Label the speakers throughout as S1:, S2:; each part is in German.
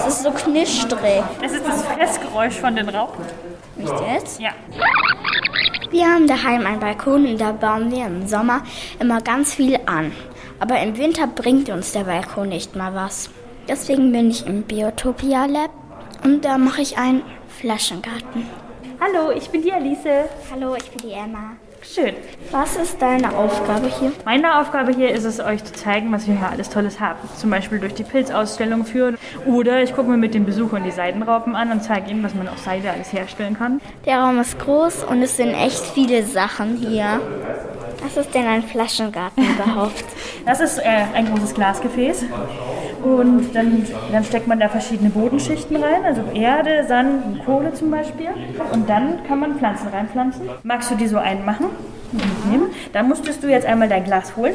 S1: Es ist so knischtig.
S2: Das ist das Fressgeräusch von den Raupen.
S1: Nicht jetzt?
S2: Ja.
S1: Wir haben daheim einen Balkon und da bauen wir im Sommer immer ganz viel an. Aber im Winter bringt uns der Balkon nicht mal was. Deswegen bin ich im Biotopia Lab und da mache ich einen Flaschengarten.
S2: Hallo, ich bin die Alice.
S1: Hallo, ich bin die Emma.
S2: Schön.
S1: Was ist deine Aufgabe hier?
S2: Meine Aufgabe hier ist es, euch zu zeigen, was wir hier alles Tolles haben. Zum Beispiel durch die Pilzausstellung führen. Oder ich gucke mir mit den Besuchern die Seidenraupen an und zeige ihnen, was man aus Seide alles herstellen kann.
S1: Der Raum ist groß und es sind echt viele Sachen hier. Was ist denn ein Flaschengarten überhaupt?
S2: Das ist äh, ein großes Glasgefäß. Und dann, dann steckt man da verschiedene Bodenschichten rein, also Erde, Sand, Kohle zum Beispiel. Und dann kann man Pflanzen reinpflanzen. Magst du die so einmachen? Mhm. Dann musstest du jetzt einmal dein Glas holen.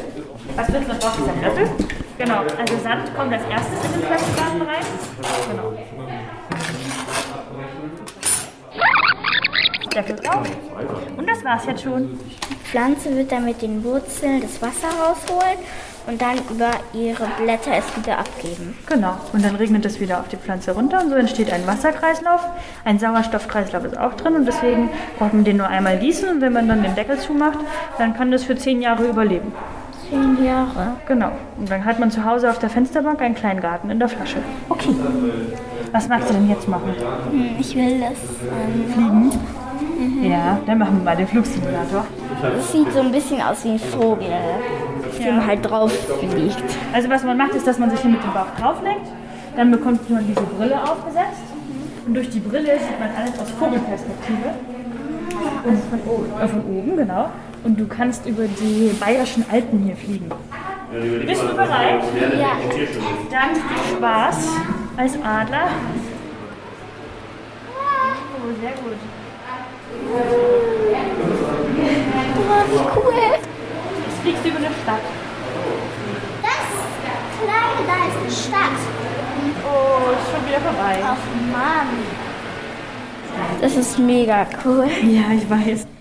S2: Was wird noch drauf? Ein Löffel? Genau, also Sand kommt als erstes in den Pflanzengarten rein. Genau. Deckel drauf. Und das war's jetzt schon.
S1: Pflanze wird dann mit den Wurzeln das Wasser rausholen und dann über ihre Blätter es wieder abgeben.
S2: Genau. Und dann regnet es wieder auf die Pflanze runter und so entsteht ein Wasserkreislauf. Ein Sauerstoffkreislauf ist auch drin und deswegen braucht man den nur einmal gießen. Und wenn man dann den Deckel zumacht, dann kann das für zehn Jahre überleben.
S1: Zehn Jahre.
S2: Genau. Und dann hat man zu Hause auf der Fensterbank einen kleinen Garten in der Flasche. Okay. Was magst du denn jetzt machen?
S1: Hm, ich will das. Ähm,
S2: Fliegen? Ja, dann machen wir mal den Flugsimulator.
S1: das sieht so ein bisschen aus wie ein Vogel, ne? auf dem halt drauf fliegt.
S2: Also was man macht, ist, dass man sich hier mit dem Bauch drauflegt, dann bekommt man diese Brille aufgesetzt und durch die Brille sieht man alles aus Vogelperspektive. Und von oben, äh, von oben genau. Und du kannst über die bayerischen Alpen hier fliegen. Bist du bereit?
S1: Ja.
S2: Dann viel Spaß als Adler. Oh, sehr gut.
S1: wie cool.
S2: Jetzt fliegst du über eine Stadt.
S3: Das kleine da ist eine Stadt.
S2: Oh, ist schon wieder vorbei.
S3: Ach Mann.
S1: Das ist mega cool.
S2: Ja, ich weiß.